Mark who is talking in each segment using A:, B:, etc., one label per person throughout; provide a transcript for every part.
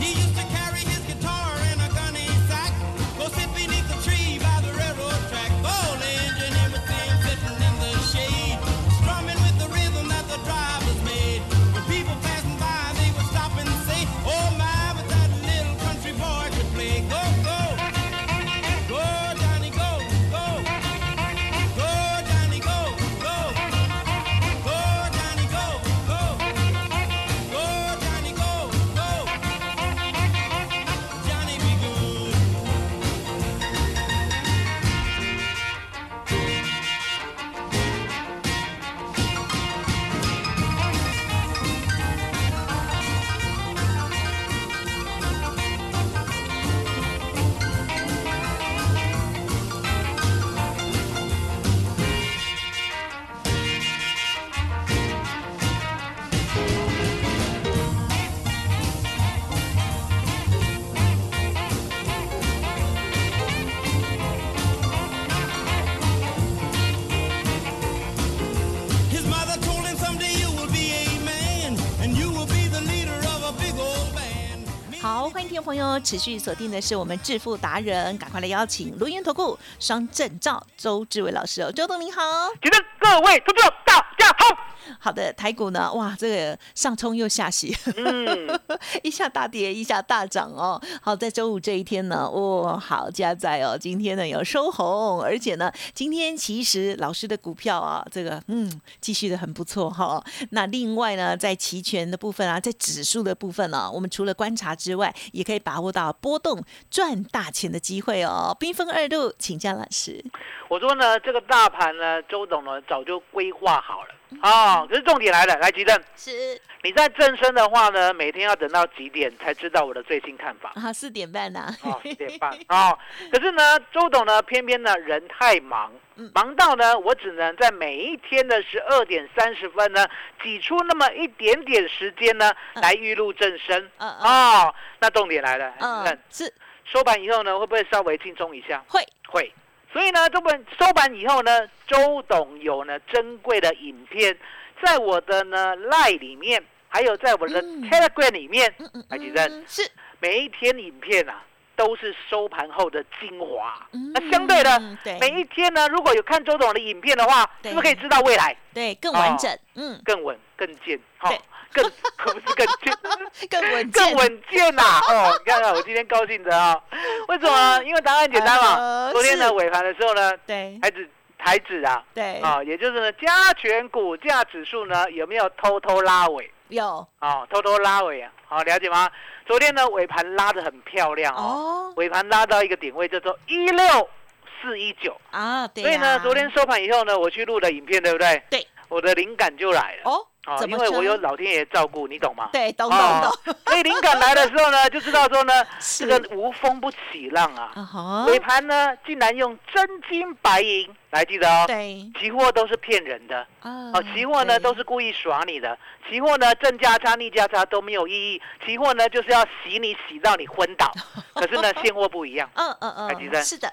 A: He used to carry his guitar in a gunny sack. Go sit beneath the tree by the railroad track. Old engineer would see him sitting in the shade, strumming with the rhythm that the drivers made. When people passing by, they would stop and say, Oh my, but that little country boy could play. Go, go, go, Johnny, go, go, go, Johnny, go, go, go, Johnny, go, go, go, Johnny, go, go. Johnny be good. 'Cause mother told him someday you will be a man, and you will be the leader of a big old band. Me
B: 好，欢迎听众朋友持续锁定的是我们致富达人，赶快来邀请轮源投顾双证照周志伟老师哦，周董您好。
C: 觉得各位听众大家好，
B: 好的，台股呢，哇，这个上冲又下洗，
C: 嗯，
B: 一下大跌，一下大涨哦。好，在周五这一天呢，哦，好加载哦，今天呢有收红，而且呢，今天其实老师的股票啊，这个嗯，继续的很不错哈、那另外呢，在期权的部分啊，在指数的部分呢、啊我们除了观察之外，也可以把握到波动赚大钱的机会哦。兵分二路，请江老师。
C: 我说呢，这个大盘呢，周董呢早就规划好了
B: 嗯
C: 啊、可是重点来了，来吉正，
B: 是
C: 你在正身的话呢，每天要等到几点才知道我的最新看 法？
B: 啊，四点半呐、
C: 哦，四点半哦。可是呢，周董呢，偏偏呢人太忙
B: 嗯，
C: 忙到呢，我只能在每一天的十二点三十分呢，挤出那么一点点时间呢，
B: 嗯
C: 来预录正身。
B: 嗯嗯
C: 哦，那重点来了，嗯
B: 嗯，，是
C: 收盘以后呢，会不会稍微轻松一下？
B: 会
C: 会。所以呢，周本收盘以后呢，周董有呢珍贵的影片，在我的呢 Line 里面，还有在我的
B: 嗯
C: Telegram 里面，
B: 嗯嗯，
C: 来吉珍
B: 嗯是
C: 每一天影片啊都是收盘后的精华。
B: 嗯
C: 那相对的，
B: 对
C: 每一天呢，如果有看周董的影片的话，
B: 对
C: 是不是可以知道未来
B: 对更完
C: 哦
B: 整，嗯，
C: 更稳、更健哈
B: 对，
C: 更可不是更健。
B: 更稳健
C: 更，稳 健呐、哦，你看看我今天高兴的啊、为什么？因为答案简单嘛。
B: 嗯呃
C: 昨天呢
B: 是
C: 尾盘的时候呢，
B: 对
C: 台指台指啊，
B: 对，
C: 啊、也就是呢加权股价指数呢有没有偷偷拉尾？
B: 有
C: 哦，偷偷拉尾啊，好、了解吗？昨天呢尾盘拉的很漂亮哦，
B: 哦
C: 尾盘拉到一个顶位叫做一六四一九，
B: 啊，对呀，
C: 所以呢昨天收盘以后呢，我去录了影片，对不对？
B: 对，
C: 我的灵感就来了。
B: 哦，
C: 哦，
B: 怎
C: 因
B: 么
C: 为
B: 说
C: 我有老天爷照顾，你懂吗？
B: 对，懂
C: 哦
B: 懂懂，
C: 所以灵感来的时 候呢，就知道说呢，
B: 是
C: 这个无风不起浪啊。
B: 啊哈，
C: 尾盘呢，竟然用真金白银来记得哦。
B: 对
C: 期货都是骗人的
B: 啊
C: 哦，期货呢
B: 对
C: 都是故意耍你的，期货呢正价差、逆价差都没有意义，期货呢就是要洗你洗到你昏 倒。可是呢，现货不一样，
B: 嗯嗯
C: 海吉生
B: 嗯，是的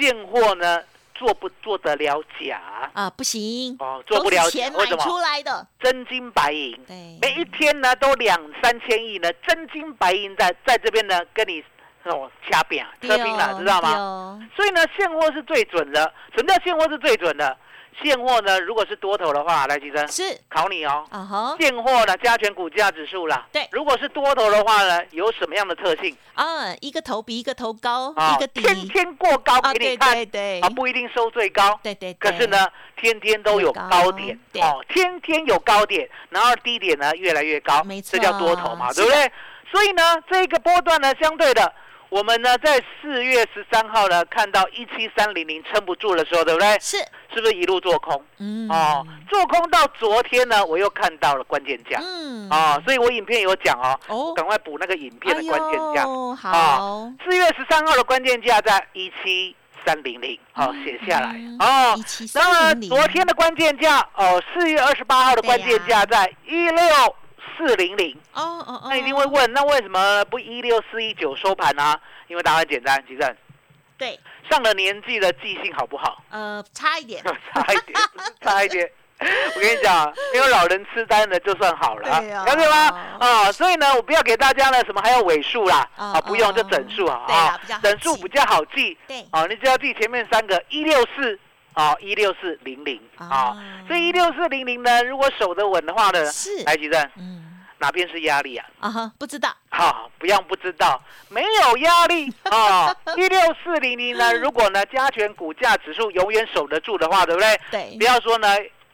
C: 现货呢做不做得了假？
B: 啊，不行，
C: 哦，做不了
B: 都是
C: 假，
B: 钱
C: 为
B: 买
C: 什
B: 出
C: 么？
B: 来的，
C: 真金白银，
B: 对，
C: 每一天呢都两三千亿呢，真金白银在在这边呢跟你哦掐饼车拼了，知道吗？
B: 吗？
C: 所以呢，现货是最准的。什么叫现货是最准的？现货呢，如果是多头的话，来吉生
B: 是
C: 考你哦。
B: 啊哈
C: 现货呢，加权股价指数啦。
B: 对
C: 如果是多头的话呢，有什么样的特性
B: 啊，一个头比一个头高，
C: 啊
B: 一个？底
C: 天天过高
B: 啊，
C: 给
B: 对
C: 你看
B: 对对
C: 啊，，不一定收最高。
B: 对对，
C: 可是呢，天天都有
B: 有
C: 高点
B: 高点
C: 哦，天天有高点，然后低点呢越来越高，
B: 没错
C: 这叫多头嘛，
B: 是的
C: 对不对？所以呢，这个波段呢，相对的，我们呢在四月十三号呢看到一七三零零撑不住的时候，对不对？
B: 是，
C: 是不是一路做空？
B: 嗯，
C: 哦，做空到昨天呢，我又看到了关键价。
B: 嗯，
C: 哦，所以我影片有讲哦，
B: 哦，
C: 赶快补那个影片的关键价。
B: 哎呦好
C: 啊，四月十三号的关键价在一七三零零，好写下来
B: 嗯
C: 哦
B: 一。七
C: 那么
B: 三零零，
C: 昨天的关键价哦，四月二十八号的关键价在一六四零零。
B: 哦哦哦，
C: 那一定会问，那为什么不一六四一九收盘呢、因为答案简单，其正
B: 对，
C: 上了年纪的记性好不好？
B: 呃，差一点，
C: 差一点， 差一点。我跟你讲，没有老人吃单的就算好了，
B: 对呀
C: 了解吗？啊，所以呢，我不要给大家呢什么还要尾数啦，
B: 嗯
C: 啊，不用
B: 嗯
C: 就整数好
B: 对啦
C: 啊
B: 比较好，
C: 整数
B: 记
C: 比较好记，
B: 对，
C: 哦，你只要记前面三个一六四，哦，一六四零零，啊，所以一六四零零呢，如果守得稳的话呢，
B: 哦是
C: 来吉正
B: 嗯
C: 哪边是压力啊？
B: 啊哈，不知道，
C: 好、不要不知道，没有压力啊。一六四零零呢，如果呢加权股价指数永远守得住的话，对不对？
B: 对
C: 不，要说呢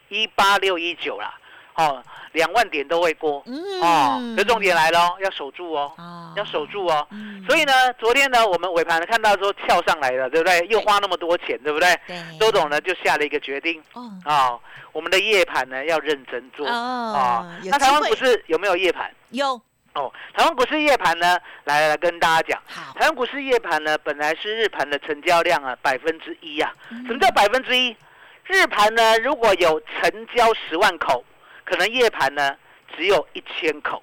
C: 一八六一九啦，哦，两万点都会过
B: 嗯
C: 哦。可重点来了哦，要守住哦，
B: 啊
C: 要守，住哦。
B: 嗯
C: 所以呢，昨天呢，我们尾盘看到之后跳上来了，对不对？又花那么多钱，对不对？
B: 对，
C: 周董呢就下了一个决定
B: 嗯哦
C: 哦，我们的夜盘呢要认真做啊
B: 哦，有
C: 那台湾
B: 机
C: 股
B: 会
C: 市有没有夜盘？
B: 有
C: 哦，台湾股市夜盘呢，来来来跟大家讲，
B: 好，
C: 台湾股市夜盘呢，本来是日盘的成交量啊百分之一啊，
B: 嗯
C: 什么叫百分之一？日盘呢如果有成交十万口，可能夜盘呢只有一千口。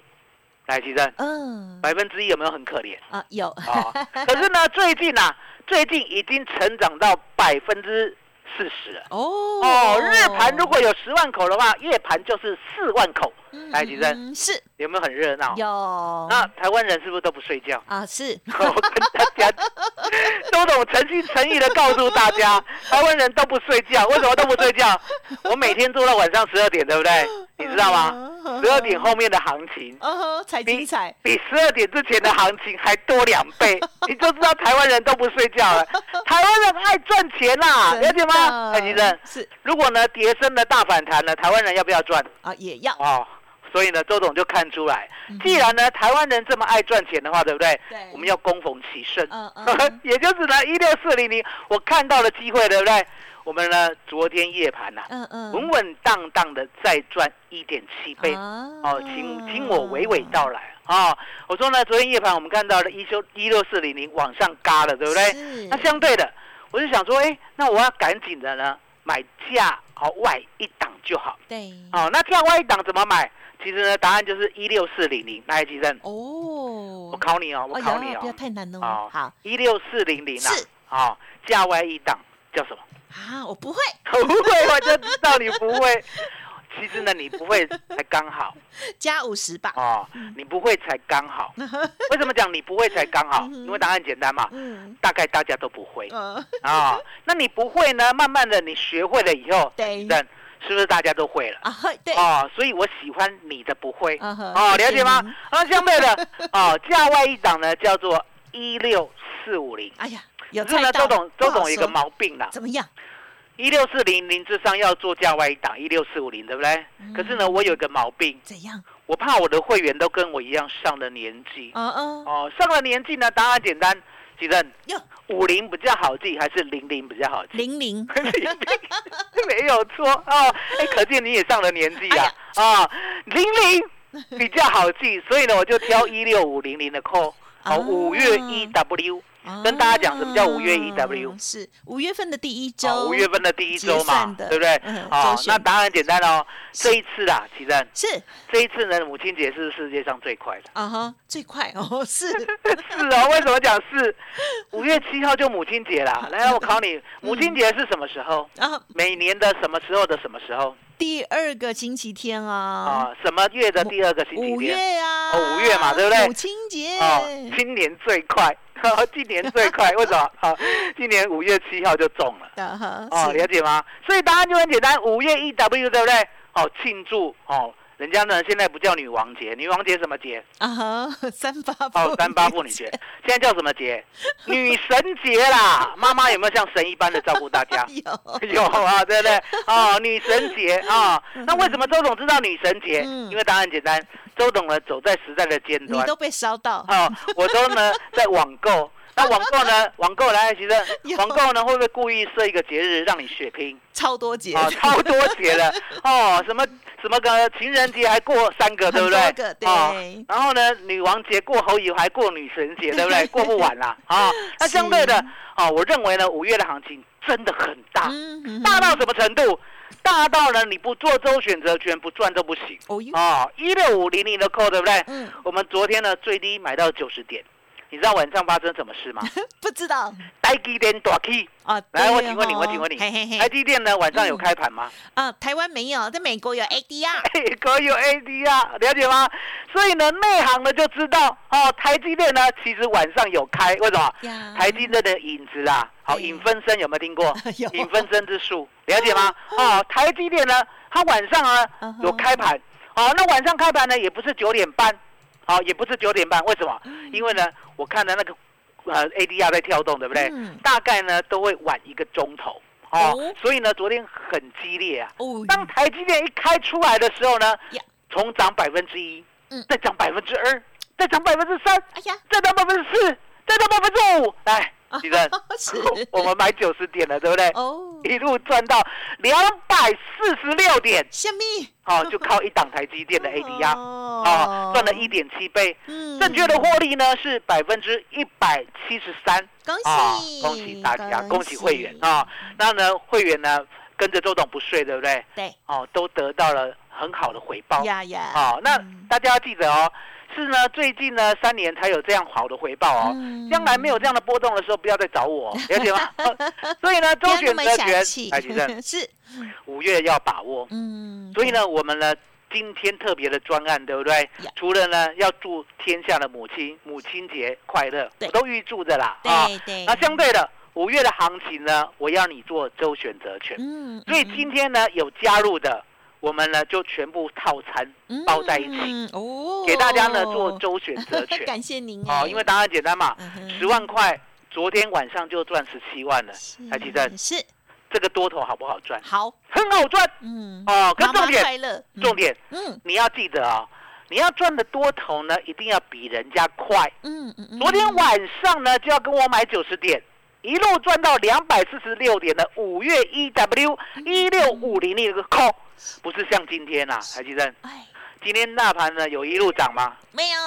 C: 来，奇正，
B: 嗯
C: 百分之一有没有很可怜
B: 啊有，
C: 啊、 可是呢，最近啊，最近已经成长到百分之四十了。
B: 哦
C: 哦，日盘如果有十万口的话，夜盘就是四万口，来
B: 嗯
C: 吉珍
B: 嗯是
C: 有没有很热闹？
B: 有
C: 哦那台湾人是不是都不睡觉？
B: 啊是，
C: 我跟大家 周董诚心诚意的告诉大 家，台湾人都不睡觉，为什么都不睡觉？我每天做到晚上十二点，对不对？你知道吗？十二点后面的行情
B: 哦吼，嗯彩
C: 比
B: 精彩，
C: 比十二点之前的行情还多两 倍，你就知道台湾人都不睡觉了。台湾人爱赚钱啦、了解啊吗？
B: 真
C: 蔡
B: 的
C: 先生，
B: 是
C: 如果呢跌升的大反弹呢，台湾人要不要赚？
B: 啊也要，
C: 哦，所以呢，周董就看出来，既然呢台湾人这么爱赚钱的话，对不对？
B: 嗯对
C: 我们要攻逢其胜。
B: 嗯嗯
C: 也就是呢，一六四零零，我看到了机会，对不对？我们呢，昨天夜盘呐、
B: 嗯嗯，
C: 稳稳当当的再赚一点七倍。哦
B: 哦，
C: 请听我娓娓道来啊、哦！我说呢，昨天夜盘我们看到了一修一六四零零往上嘎了，对不对？
B: 是
C: 那相对的，我就想说，哎，那我要赶紧的呢，买价好外一档就好。
B: 对
C: 哦，那跳外一档怎么买？其实呢，答案就是一六四零零。来，吉正，
B: 哦
C: 我，考你哦，我
B: 哎
C: 考
B: 呀
C: 你
B: 不要
C: 哦，
B: 太难哦
C: 哦，
B: 好
C: 一六四零零啊
B: 是，
C: 哦，价外一档叫什么？
B: 啊，我不会，
C: 不会，我就知道你不会。其实呢，你不会才刚好
B: 加五十吧，
C: 哦，你不会才 刚好。为什么讲你不会才刚好？因为答案简单嘛，
B: 嗯
C: 大概大家都不会
B: 呃，
C: 啊、那你不会呢？慢慢的，你学会了以后，
B: 对
C: 吉正是不是大家都会了？
B: 啊嘿对，
C: 哦，所以我喜欢你的不会。
B: 啊呵
C: 哦，了
B: 谢谢
C: 解吗
B: 您？
C: 啊，相对的，哦，价外一档呢叫做一六四五零。
B: 哎呀，有
C: 可是
B: 猜
C: 呢，
B: 到，
C: 周董周
B: 不好
C: 董有一个
B: 说
C: 毛病啦，
B: 怎么样？
C: 一六四零零之上要做价外一档，一六四五零，对不对？
B: 嗯
C: 可是呢，我有一个毛病，
B: 怎样？
C: 我怕我的会员都跟我一样上了年纪。
B: 嗯嗯，
C: 哦，上了年纪呢，答案简单，几任
B: 哟，
C: 五零比较好记还是零零比较 好记？
B: 零零，
C: 没有错哦，哎，可见你也上了年
B: 哎
C: 纪啊，啊，零零比较好 记，所以呢，我就挑一六五零零的 call，
B: 啊
C: 哦，五月一 W，跟
B: 哦
C: 大家讲什么叫五月一 W
B: 啊是五月份的第一
C: 哦，
B: 周，
C: 五月份的第一周
B: 结算
C: 嘛，
B: 的
C: 对不对
B: 嗯？
C: 哦
B: 周，选
C: 那答案简单哦，这一次啊，奇正，
B: 是
C: 这一次呢，母亲节是世界上最快的，
B: 啊哈，最快哦， 是
C: 是哦，为什么讲是？五月七号就母亲节啦，来，我考你，母
B: 嗯
C: 亲节是什么时候？
B: 啊，
C: 每年的什么时候的什么时候
B: 第二个星期天啊，
C: 啊？什么月的第二个星期
B: 五
C: 天？
B: 月啊，
C: 哦五月嘛对不对
B: 母亲节
C: 哦，今年最快，今年最快，为什么？好、今年五月七号就中了，
B: 的啊哈，
C: 哦，
B: 是
C: 了解吗？所以答案就很简单，五月一 W 对不对？哦，庆祝哦，人家呢现在不叫女王节，女王节什么节？
B: 啊哈，三八
C: 哦
B: 妇，
C: 三八妇女节，现在叫什么节？女神节啦！妈妈有没有像神一般的照顾大
B: 哎
C: 家？
B: 有
C: 有啊，对不 对？哦，女神节啊、那为什么周董知道女神节？
B: 嗯
C: 因为答案简单，周董呢走在时代的尖
B: 你
C: 端
B: 都，被烧到，
C: 哦，我都呢在网购。那网购呢？网购来，其
B: 有
C: 实网购呢会不会故意设一个节日让你血拼？
B: 超多节，
C: 哦，超多节 了哦，什么什么个情人节还过三个，对不对？
B: 很多个对
C: 哦。然后呢，女王节过后以后还过女神节，对不对？过不完啦啊、哦那
B: 是
C: 相对的，哦，我认为呢，五月的行情真的很大，
B: 嗯嗯
C: 大到什么程度？大到呢，你不做周选择权不赚都不行
B: 哦哟，
C: 哦。一六五零零的扣，对不对？
B: 嗯，
C: 我们昨天呢最低买到九十点，你知道晚上发生什么事吗？
B: 不知道
C: 台积电大 K，
B: 啊。
C: 来，
B: 对
C: 我请问你，
B: 哦
C: 我请问你，
B: 嘿嘿嘿
C: 台积电呢晚上有开盘吗？
B: 啊，台湾没有，在美国有 ADR，
C: 美国有 ADR，了解吗？所以呢，内行的就知道哦，台积电呢其实晚上有开，为什么？
B: 呀
C: 台积电的影子啊，好、
B: 对
C: 影分身有没有听过
B: 有？
C: 影分身之术，了解吗？哦，台积电呢，它晚上呢
B: 嗯哼
C: 有开盘，哦，那晚上开盘呢也不是九点半，哦，也不是九点半，为什么？
B: 嗯
C: 因为呢，我看了那个呃 ADR 在跳动，对不对？
B: 嗯
C: 大概呢都会晚一个钟头，
B: 哦
C: 哦所以呢昨天很激烈啊。
B: 哦，
C: 当台积电一开出来的时候呢
B: 呀，
C: 从涨百分之一
B: 嗯，
C: 再涨百分之二，再涨百分之三，
B: 哎呀，
C: 再涨百分之四，再涨百分之五，来，李正
B: 啊 是，
C: 我们买九十点了，对不对？
B: 哦，
C: 一路赚到两百四十六点，
B: 虾米？
C: 哦，就靠一档台积电的 ADR，哦
B: 哦，
C: 赚了一点七倍，
B: 嗯
C: 正确的获利呢是百分之一百七十三，
B: 恭
C: 啊
B: 喜，
C: 恭喜大家，恭喜会员啊！那呢，会员呢跟着周董不睡，对不对？
B: 对
C: 哦，都得到了很好的回报。
B: 呀呀，
C: 哦，那
B: 嗯
C: 大家要记得哦，是呢，最近呢三年才有这样好的回报哦。
B: 嗯
C: 将来没有这样的波动的时候，不要再 找我，了解吗？所以呢，
B: 不要
C: 周
B: 那
C: 选
B: 么
C: 择
B: 小
C: 权，
B: 气
C: 哎，其实
B: 是，
C: 五月要把握。
B: 嗯，
C: 所以呢，我们呢今天特别的专案，对不对
B: Yeah？
C: 除了呢要祝天下的母亲母亲节快乐，
B: 对
C: 我都预祝的啦
B: 对，
C: 啊。
B: 对对，
C: 那相对的，五月的行情呢，我要你做周选择权。
B: 嗯，嗯，
C: 所以今天呢，有加入的，我们呢就全部套餐
B: 嗯
C: 包在一起，
B: 嗯哦，
C: 给大家呢做周选择权。
B: 感谢您
C: 哦，
B: 哎
C: 因为答案简单嘛
B: 嗯哼，
C: 十万块，昨天晚上就赚十七万了，台积电
B: 嗯是
C: 这个多头好不好赚？
B: 好，
C: 很好赚
B: 嗯，
C: 哦。跟
B: 妈妈
C: 重点，
B: 快乐，嗯
C: 重，点
B: 嗯
C: 你要记得哦，你要赚的多头呢，一定要比人家快。
B: 嗯嗯嗯，
C: 昨天
B: 晚
C: 晚上呢就要跟我买九十点，一路赚到两百四十六点的五月 EW
B: 嗯
C: 一六五零那个 call，不是像今天啊，台积电
B: 哎
C: 今天大盘呢有一路涨吗？
B: 没有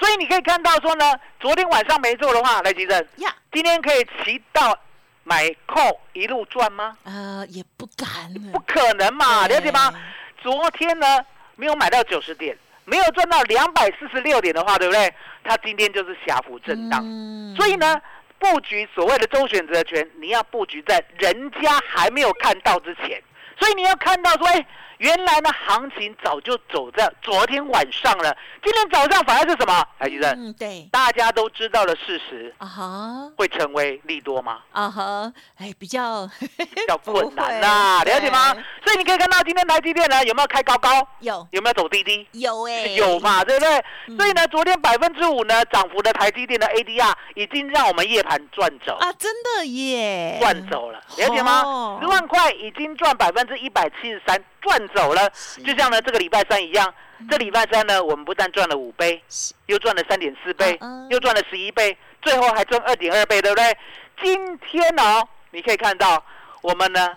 C: 所以你可以看到说呢，昨天晚上没做的话，台积电
B: 呀，
C: 今天可以骑到买 call 一路赚吗？
B: 呃，也不敢了，
C: 不可能嘛，
B: 对
C: 啊了解吗？昨天呢没有买到九十点，没有赚到两百四十六点的话，对不对？它今天就是小幅震荡。
B: 嗯
C: 所以呢，布局所谓的周选择权，你要布局在人家还没有看到之前。所以你要看到说，哎，原来呢行情早就走在昨天晚上了，今天早上反而是什么？台积电，
B: 嗯，对
C: 大家都知道的事实，
B: 啊哈。
C: 会成为利多吗？
B: 啊哈， 哎，比较
C: 比较困难
B: 不
C: 啦、
B: 会对
C: 了解吗？所以你可以看到今天台积电呢有没有开高高，
B: 有
C: 有没有走低低？
B: 有哎，
C: 有嘛，对不对？
B: 嗯
C: 所以呢，昨天百分之五呢涨幅的台积电的 ADR 已经让我们夜盘赚走
B: 啊，真的耶，
C: 赚走了，了解吗
B: 哦？
C: 十万块已经赚百分之一百七十三，赚走了。就像呢，这个礼拜三一样，这礼拜三呢，我们不但赚了五倍
B: 嗯是，
C: 又赚了三点四倍
B: 嗯嗯，
C: 又赚了十一倍，最后还赚二点二倍，对不对？今天呢、哦，你可以看到我们呢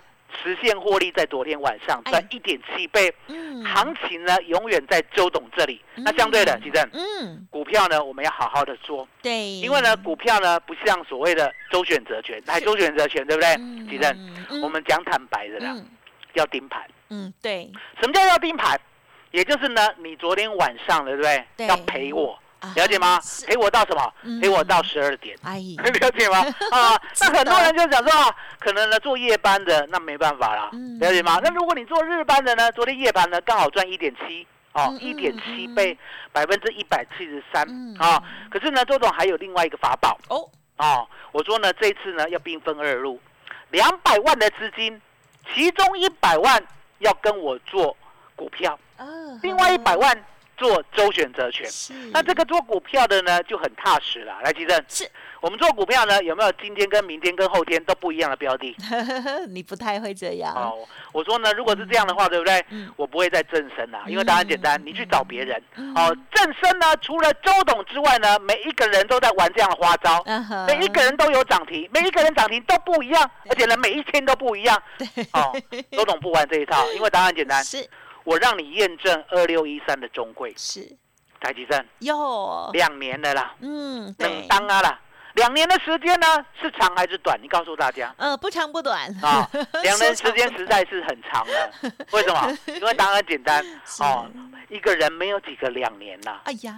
C: 实现获利，在昨天晚上
B: 哎
C: 赚一点七倍，
B: 嗯
C: 行情呢永远在周董这里。那相对的，其实
B: 嗯，
C: 股票呢，我们要好好的做。
B: 对，
C: 因为呢，股票呢不像所谓的周选择权，哎，周选择权对不对？其实
B: 正
C: 我们啊讲坦白的啦，
B: 嗯
C: 要盯盘。
B: 嗯对，
C: 什么叫要盯盘？也就是呢，你昨天晚上对不对？
B: 对
C: 要陪我，
B: 啊
C: 了解吗？
B: 是
C: 陪我到什么
B: 嗯？
C: 陪我到十二点。
B: 哎，
C: 了解吗？啊，
B: 知道
C: 那很多人就想说啊，可能呢做夜班的那没办法啦
B: 嗯，
C: 了解吗？那如果你做日班的呢，昨天夜班呢刚好赚一点七，哦
B: 嗯，
C: 一
B: 嗯
C: 点七
B: 嗯
C: 倍，百分之一百七十三
B: 嗯，
C: 啊。可是呢，周总还有另外一个法宝
B: 哦，
C: 哦，我说呢，这一次呢要兵分二路，两百万的资金，其中一百万要跟我做股票，
B: 啊
C: 另外一百万做周选择权。
B: 是
C: 那这个做股票的呢就很踏实了。来，吉正，
B: 是
C: 我们做股票呢有没有今天跟明天跟后天都不一样的标 的？
B: 你不太会这样，
C: 哦，我说呢，如果是这样的话，
B: 嗯
C: 对不对？我不会再正身啦，因为答案简单，你去找别人。
B: 嗯
C: 哦，正身呢，除了周董之外呢，每一个人都在玩这样的花招，
B: 嗯哼
C: 每一个人都有涨停，每一个人涨停都不一样，而且呢，每一天都不一样。哦，周董不玩这一套，因为答案简单，
B: 是
C: 我让你验证二六一三的中贵
B: 是
C: 台积证
B: 有，
C: 两年的啦，
B: 嗯，
C: 能
B: 哦对，
C: 当啊啦，两年的时间呢是长还是短？你告诉大家。
B: 呃，不长不短
C: 啊，两人
B: 收
C: 时
B: 藏
C: 间实在是很长了。为什么？因为答案简单
B: 是
C: 哦，一个人没有几个两年呐、
B: 哎呀，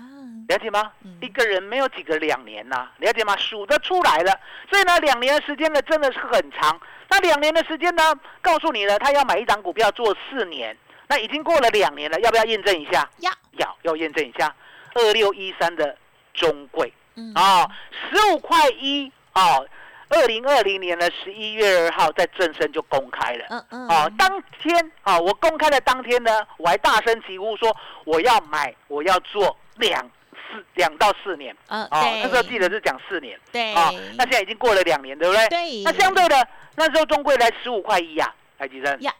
C: 了解吗
B: 嗯？
C: 一个人没有几个两年呐、了解吗？数得出来了，所以呢，两年的时间呢真的是很长。那两年的时间呢，告诉你了，他要买一张股票做四年，那已经过了两年了，要不要验证一下？
B: 要，
C: 要，要验证一下。二六一三的中贵
B: 嗯，
C: 哦，十五块一哦，二零二零年的十一月二号在正身就公开了。
B: 嗯嗯，
C: 哦，当天哦，我公开的当天呢，我还大声疾呼说我要买，我要做两四两到四年。
B: 呃，
C: 哦，那时候记
B: 对
C: 得是讲四年。
B: 对，
C: 哦，那现在已经过了两年，对不对？
B: 对，
C: 那相对的，那时候中贵来十五块一呀，台积生。
B: 呀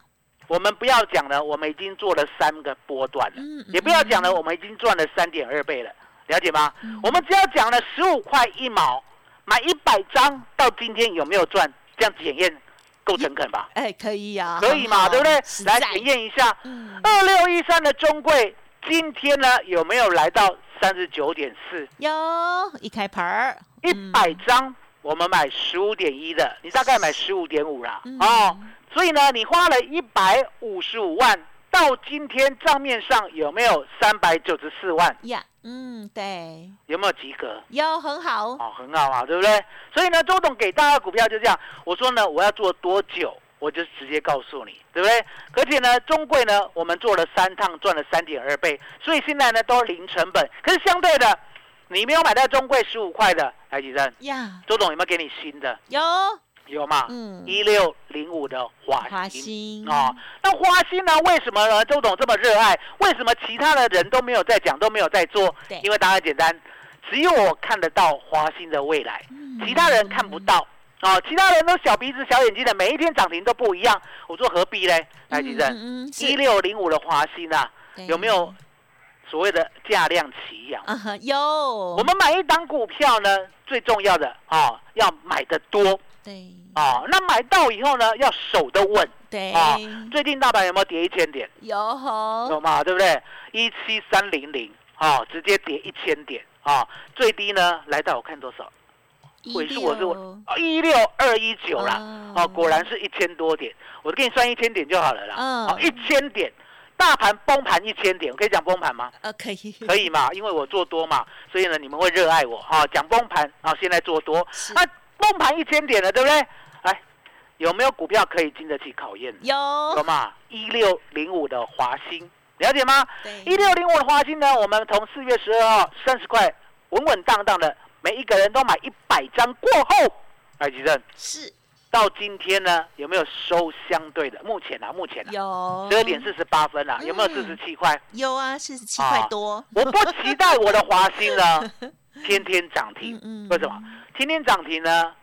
C: 我们不要讲了，我们已经做了三个波段了，
B: 嗯
C: 也不要讲了，我们已经赚了三点二倍了，了解吗？
B: 嗯
C: 我们只要讲了十五块一毛，买一百张，到今天有没有赚？这样检验够诚恳吧？
B: 哎，可以呀，
C: 可以嘛，
B: 很好
C: 对不对？
B: 实
C: 来
B: 在
C: 检验一下，
B: 嗯，
C: 二六一三的中贵今天呢有没有来到三十九点四？
B: 有一开盘儿
C: 一
B: 嗯
C: 百张，我们买十五点一的，你大概买十五点五啦
B: 嗯，
C: 哦，所以呢，你花了一百五十五万，到今天账面上有没有三百九十四万？
B: 呀，嗯，对，
C: 有没有及格？
B: 有很好，
C: 哦，很好啊，对不对？所以呢，周董给大家的股票就这样，我说呢，我要做多久，我就直接告诉你，对不对？而且呢，中贵呢，我们做了三趟，赚了三点二倍，所以现在呢都零成本。可是相对的，你没有买到中贵十五块的，台积生，
B: 呀，
C: 周董有没有给你新的？
B: 有，
C: 有嘛？
B: 嗯，
C: 一六零五的
B: 华
C: 华兴。
B: 兴
C: 哦，那花心呢？为什么呢？周董这么热爱？为什么其他的人都没有在讲，都没有在做
B: 对？
C: 因为答案简单，只有我看得到花心的未来，
B: 嗯
C: 其他人看不到。哦，其他人都小鼻子小眼睛的，每一天涨停都不一样。我说何必嘞？来，吉正，
B: 嗯嗯，
C: 一
B: 是
C: 六零五的华兴啊，有没有？所谓的价量齐扬？
B: 啊哈，有，我
C: 我们买一档股票呢，最重要的哦，要买的多
B: 对
C: 哦。那买到以后呢，要守得稳。
B: 对
C: 啊，最近大盘有没有跌一千点？
B: 有吼，
C: 有嘛，对不对？一七三零零，啊，直接跌一千点，啊，最低呢来到我看多少？尾数我是
B: 16
C: 一六二一九啦，哦、果然是一千多点，我给你算一千点就好了啦，
B: 嗯
C: 哦，一千点，大盘崩盘一千点，我可以讲崩 盘吗？
B: 呃，可以，
C: 可以嘛，因为我做多嘛，所以呢你们会热爱我，哈、讲崩盘，啊，现在做多，
B: 是
C: 那、崩盘一千点了，对不对？哎，有没有股票可以经得起考验？
B: 有，
C: 有嘛？一六零五的华兴，了解吗？
B: 对，
C: 一六零五的华兴呢，我们从四月十二号三十块稳稳当当的，每一个人都买一百张过后，来吉正
B: 是
C: 到今天呢，有没有收相对的？目前啊，目前啊，
B: 有
C: 十二点四十八分啊，
B: 嗯
C: 有没有四十七块？
B: 有啊，四十七
C: 啊
B: 块多，
C: 我不期待我的华兴 呢天天涨停
B: 嗯嗯，
C: 为什么？天天涨停呢？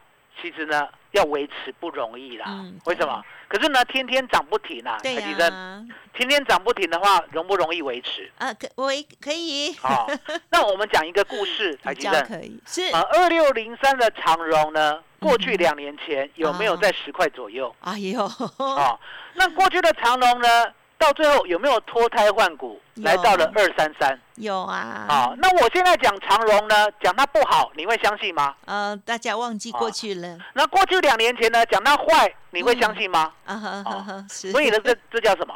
C: 其实呢，要维持不容易啦
B: 嗯。
C: 为什么？可是呢，天天涨不停啊，
B: 对
C: 台积电
B: 呀，
C: 天天涨不停的话，容不容易维持？
B: 啊，可我也可以，
C: 哦， 那我们讲一个故事，台
B: 比
C: 积
B: 较
C: 电。
B: 可嗯以，是，
C: 啊，二六零三的长荣呢，过去两年前有没有
B: 哦
C: 在十块左右？
B: 哎呦，
C: 哦，那过去的长荣呢，到最后有没有脱胎换骨，
B: 有
C: 来到了二三三？
B: 有啊，
C: 啊，那我现在讲长荣呢，讲它不好，你会相信吗？
B: 呃，大家忘记过
C: 啊
B: 去了，
C: 那过去两年前呢，讲它坏，你会相信吗？
B: 啊哈哈
C: 哦
B: 哈，是，
C: 所以呢，这这叫 什么？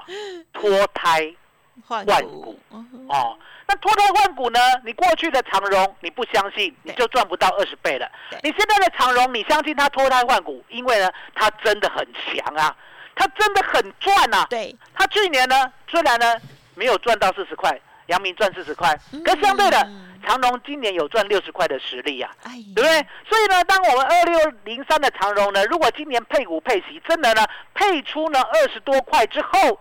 C: 脱胎
B: 换
C: 换
B: 股
C: 股，
B: 嗯
C: 哦，那脱胎换骨呢？你过去的长荣你不相信，你
B: 对
C: 就赚不到二十倍了
B: 对。
C: 你现在的长荣，你相信它脱胎换骨，因为呢，它真的很强啊，它真的很赚呐、啊。
B: 对，
C: 它去年呢，虽然呢没有赚到四十块，阳明赚四十块，可相对的
B: 嗯，
C: 长荣今年有赚六十块的实力呀、
B: 哎呀，
C: 对不对？所以呢，当我们二六零三的长荣呢，如果今年配股配息真的呢配出呢二十多块之后，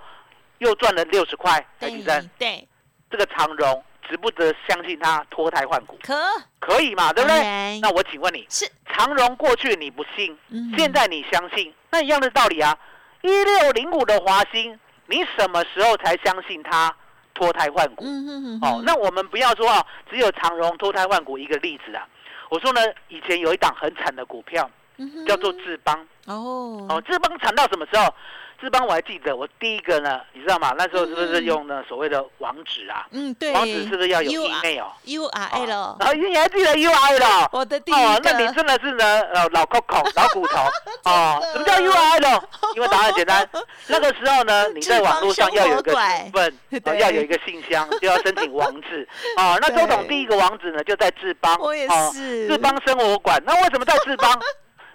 C: 又赚了六十块，台
B: 对
C: 积电
B: 对，
C: 这个长荣值不值得相信它脱胎换骨？
B: 可
C: 可以嘛？对不
B: 当然
C: 对？那我请问你，
B: 哎是
C: 长荣过去你不信
B: 嗯，
C: 现在你相信，那一样的道理啊。一六零五的华兴，你什么时候才相信它脱胎换骨？
B: 嗯哼哼哼
C: 哦，那我们不要说啊，只有长荣脱胎换骨一个例子啊。我说呢，以前有一档很惨的股票
B: 嗯哼
C: 叫做智邦，
B: 哦
C: 哦，智邦惨到什么时候？智邦我还记得，我第一个呢，你知道吗？那时候是不是用呢所谓的网址啊？
B: 嗯对，
C: 网址是不是要有 E
B: U R
C: email？
B: U R
C: 哦
B: L？
C: 然后你还记得 U I 了？
B: 我的第一
C: 哦，那你
B: 个
C: 真的是呢，呃，老 Coco 老 骨头哦。什么叫 U I 呢？因为答案简单，那个时候呢，你在网络上要有一个
B: 智方生
C: 身份，
B: 对
C: 哦要有一个信箱，就要申请网 址哦。那周董
B: 对
C: 第一个网址呢，就在志邦，
B: 我也
C: 哦
B: 是
C: 志邦生活馆。那为什么在志 邦？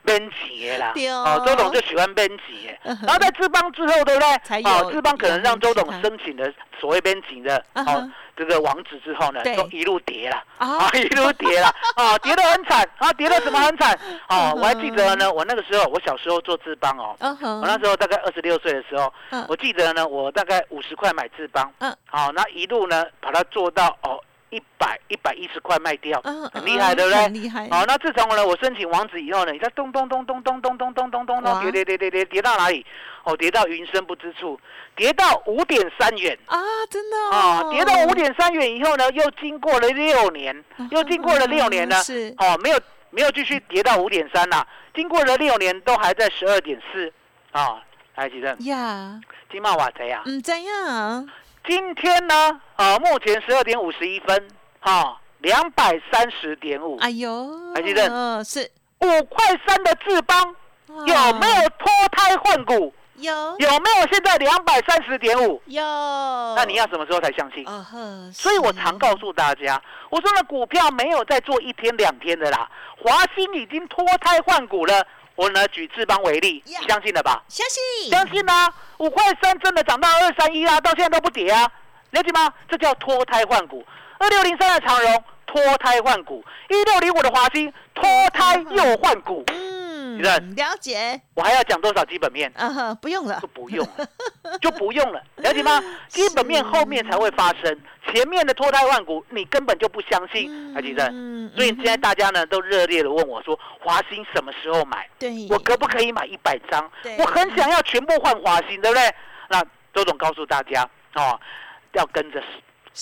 C: 编辑的啦，
B: 对哦嗯
C: 周董就喜欢编辑的，然后在志邦之后，对不
B: 才
C: 对？
B: 有
C: 哦，志邦可能让周董
B: 洋洋
C: 申请了所谓编辑的
B: 啊哈
C: 哦这个网址之后呢，
B: 对
C: 都一路跌了。
B: 啊
C: 啊，一路跌了，啊，跌得很惨，啊，跌得怎么 很惨？
B: 嗯
C: 哦，我还记得呢，我那个时候，我小时候做志邦哦，
B: 嗯哼，
C: 我那时候大概二十六岁的时候
B: 嗯，
C: 我记得呢，我大概五十块买志邦，
B: 嗯
C: 嗯，好，那一路呢把它做到哦一百一百一十块卖掉，
B: 嗯
C: 很厉害，对不对哦
B: 很？厉害，
C: 好，那自从呢我申请网址以后呢，你看咚咚咚咚咚咚咚咚咚咚
B: 哇
C: 咚跌跌跌跌跌跌到哪里？哦，跌到云深不知处，跌到五点三元。
B: 啊，真的
C: 啊，
B: 哦
C: 跌到五点三元以后呢，又经过了六年，又经过了六年呢，
B: 嗯是
C: 哦，没有没有继续跌到五点三啦，经过了六年都还在十二点四啊。来，吉正，
B: 呀，
C: 金茂瓦贼啊，
B: 嗯，怎样？
C: 今天呢，啊，目前十二点五十一分，哈、两百三十点五，
B: 哎呦，
C: 还记得
B: 嗯，是
C: 五块三的智邦有没有脱胎换骨？
B: 有
C: 有没有现在两百三十点五？
B: 有？
C: 那你要什么时候才相信？
B: 哦呵，
C: 所以我常告
B: 诉
C: 诉大家，我说那股票没有在做一天两天的啦，华兴已经脱胎换骨了。我呢举智邦为例，
B: Yeah
C: 相信了吧？
B: 相信
C: 相信啦、五块三真的涨到二三一啊，到现在都不跌啊，了解吗？这叫脱胎换骨。二六零三的长荣脱胎换骨，一六零五的华兴脱胎又换骨。
B: 嗯
C: 你看
B: 了解，
C: 我还要讲多少基本面？
B: 啊哈，不用了
C: 就，不用了，就不用了，了 解吗？基本面后面才会发生，前面的脱胎换骨你根本就不相信，还记得？
B: 嗯
C: 所以现在
B: 嗯
C: 大家呢都热烈的问我说，华兴什么时候买？
B: 对，
C: 我可不可以买一百张
B: 嗯对？
C: 我很想要全部换华兴，对不对？那周总告诉大家哦，要跟着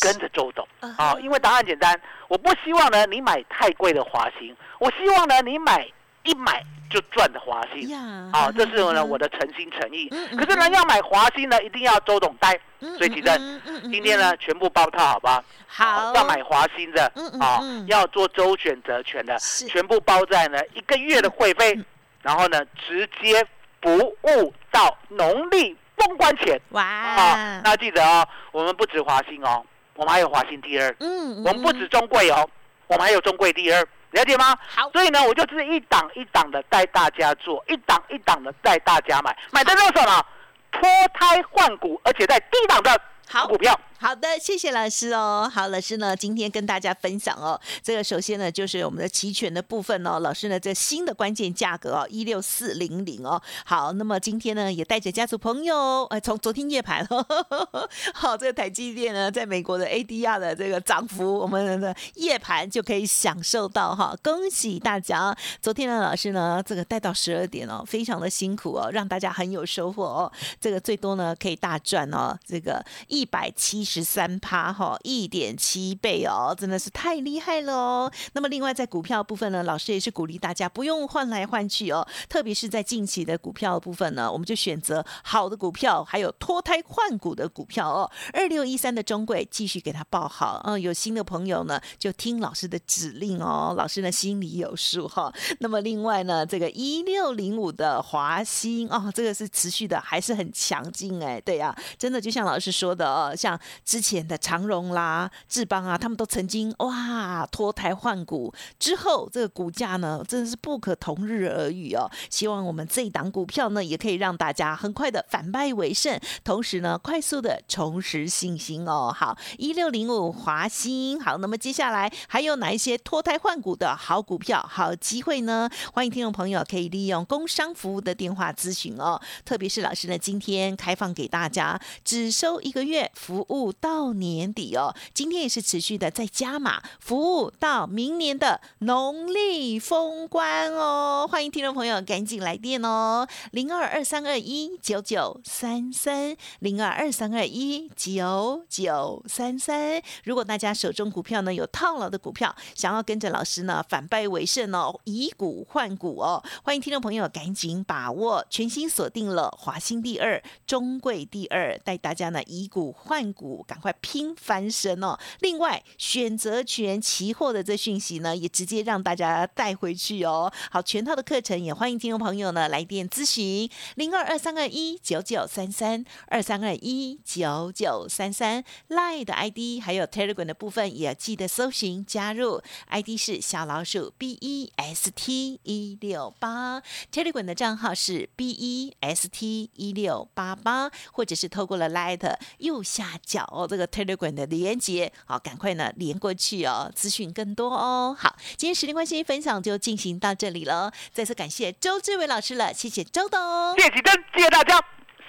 C: 跟着周董
B: 嗯
C: 哦，因为答案简单，我不希望呢你买太贵的华兴，我希望呢你买一买就赚的华兴。
B: 呀，嗯
C: 哦，这是呢我
B: 的，
C: 的诚心诚意
B: 嗯嗯。
C: 可是呢，
B: 嗯
C: 要买华兴呢，一定要周董带。
B: 嗯
C: 所以其实
B: 嗯嗯嗯
C: 今天呢，全部包套，好不好？
B: 好
C: 要买华兴的
B: 嗯嗯，
C: 哦
B: 嗯，
C: 要做周选择权的，
B: 是嗯
C: 全部包在呢一个月的会费，然后呢直接不误到农历封关前。
B: 哇
C: 哦，，那记得哦，我们不止华兴哦，我们还有华兴第二，
B: 嗯
C: 我们不止中贵哦，我们还有中贵第二，了解吗？
B: 好
C: 所以呢，我就是一档一档的带大家做，一档一档的带大家买，买的都是什么？脱胎换骨，而且在低档的
B: 好
C: 股票。
B: 好的，谢谢老师哦。好，老师呢，今天跟大家分享哦，这个首先呢就是我们的期权的部分哦，老师呢这新的关键价格哦，一六四零零哦。好，那么今天呢也带着家族朋友，呃，从昨天夜盘 哦，好，这个台积电呢在美国的 ADR 的这个涨幅，我们的夜盘就可以享受到哈、恭喜大家！哦昨天呢老师呢这个带到十二点哦，非常的辛苦哦，让大家很有收获哦。这个最多呢可以大赚哦，这个一百七十三趴哈，一点七倍哦，真的是太厉害了哦。那么另外在股票部分呢，老师也是鼓励大家不用换来换去哦，特别是在近期的股票部分呢，我们就选择好的股票，还有脱胎换骨的股票哦。二六一三的中贵继续给它报好，嗯，有新的朋友呢就听老师的指令哦，老师呢心里有数哈、那么另外呢，这个一六零五的华兴哦，这个是持续的，还是很强劲哎，对啊，真的就像老师说的哦，像之前的长荣啦、志邦啊，他们都曾经哇脱胎换骨，之后这个股价呢真的是不可同日而语哦。希望我们这一档股票呢，也可以让大家很快的反败为胜，同时呢快速的重拾信心哦。好，一六零五华兴，好，那么接下来还有哪一些脱胎换骨的好股票、好机会呢？欢迎听众朋友可以利用工商服务的电话咨询哦。特别是老师呢，今天开放给大家，只收一个月服务务到年底哦。今天也是持续的在加码，服务到明年的农历封关哦。欢迎听众朋友赶紧来电哦，零二二三二一九九三三零二二三二一九九三三。如果大家手中股票呢有套牢的股票，想要跟着老师呢反败为胜哦，以股换股哦，欢迎听众朋友赶紧把握，全新锁定了华兴第二、中贵第二，带大家呢以股换股，赶快拼翻身哦。另外，选择权期货的这讯息呢，也直接让大家带回去哦。好，全套的课程也欢迎听众朋友呢来电咨询零二二三二一九九三三二三二一九九三三 Line 的 ID 还有 Telegram 的部分也记得搜寻加入，ID 是小老鼠 B E S T 一六八，Telegram 的账号是 B E S T 一六八八，或者是透过了 Light 右下角、哦、这个 Telegram 的连接，好，赶快呢连过去哦，资讯更多哦。好，今天时间关系，分享就进行到这里了，再次感谢周志伟老师了，谢谢周董。
C: 谢启真，谢谢大家，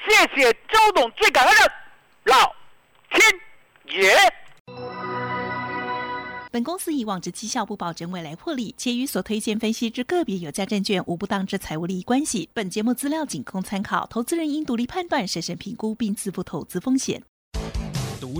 C: 谢谢周董，最感恩的老天爷。
D: 本公司以往之绩效不保证未来获利，且与所推荐分析之个别有价证券无不当之财务利益关系。本节目资料仅供参考，投资人应独立判断、审慎评估并自负投资风险。
E: 独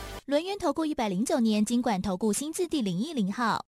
F: 轮源投顾一百零九年经管投顾新字第零一零号。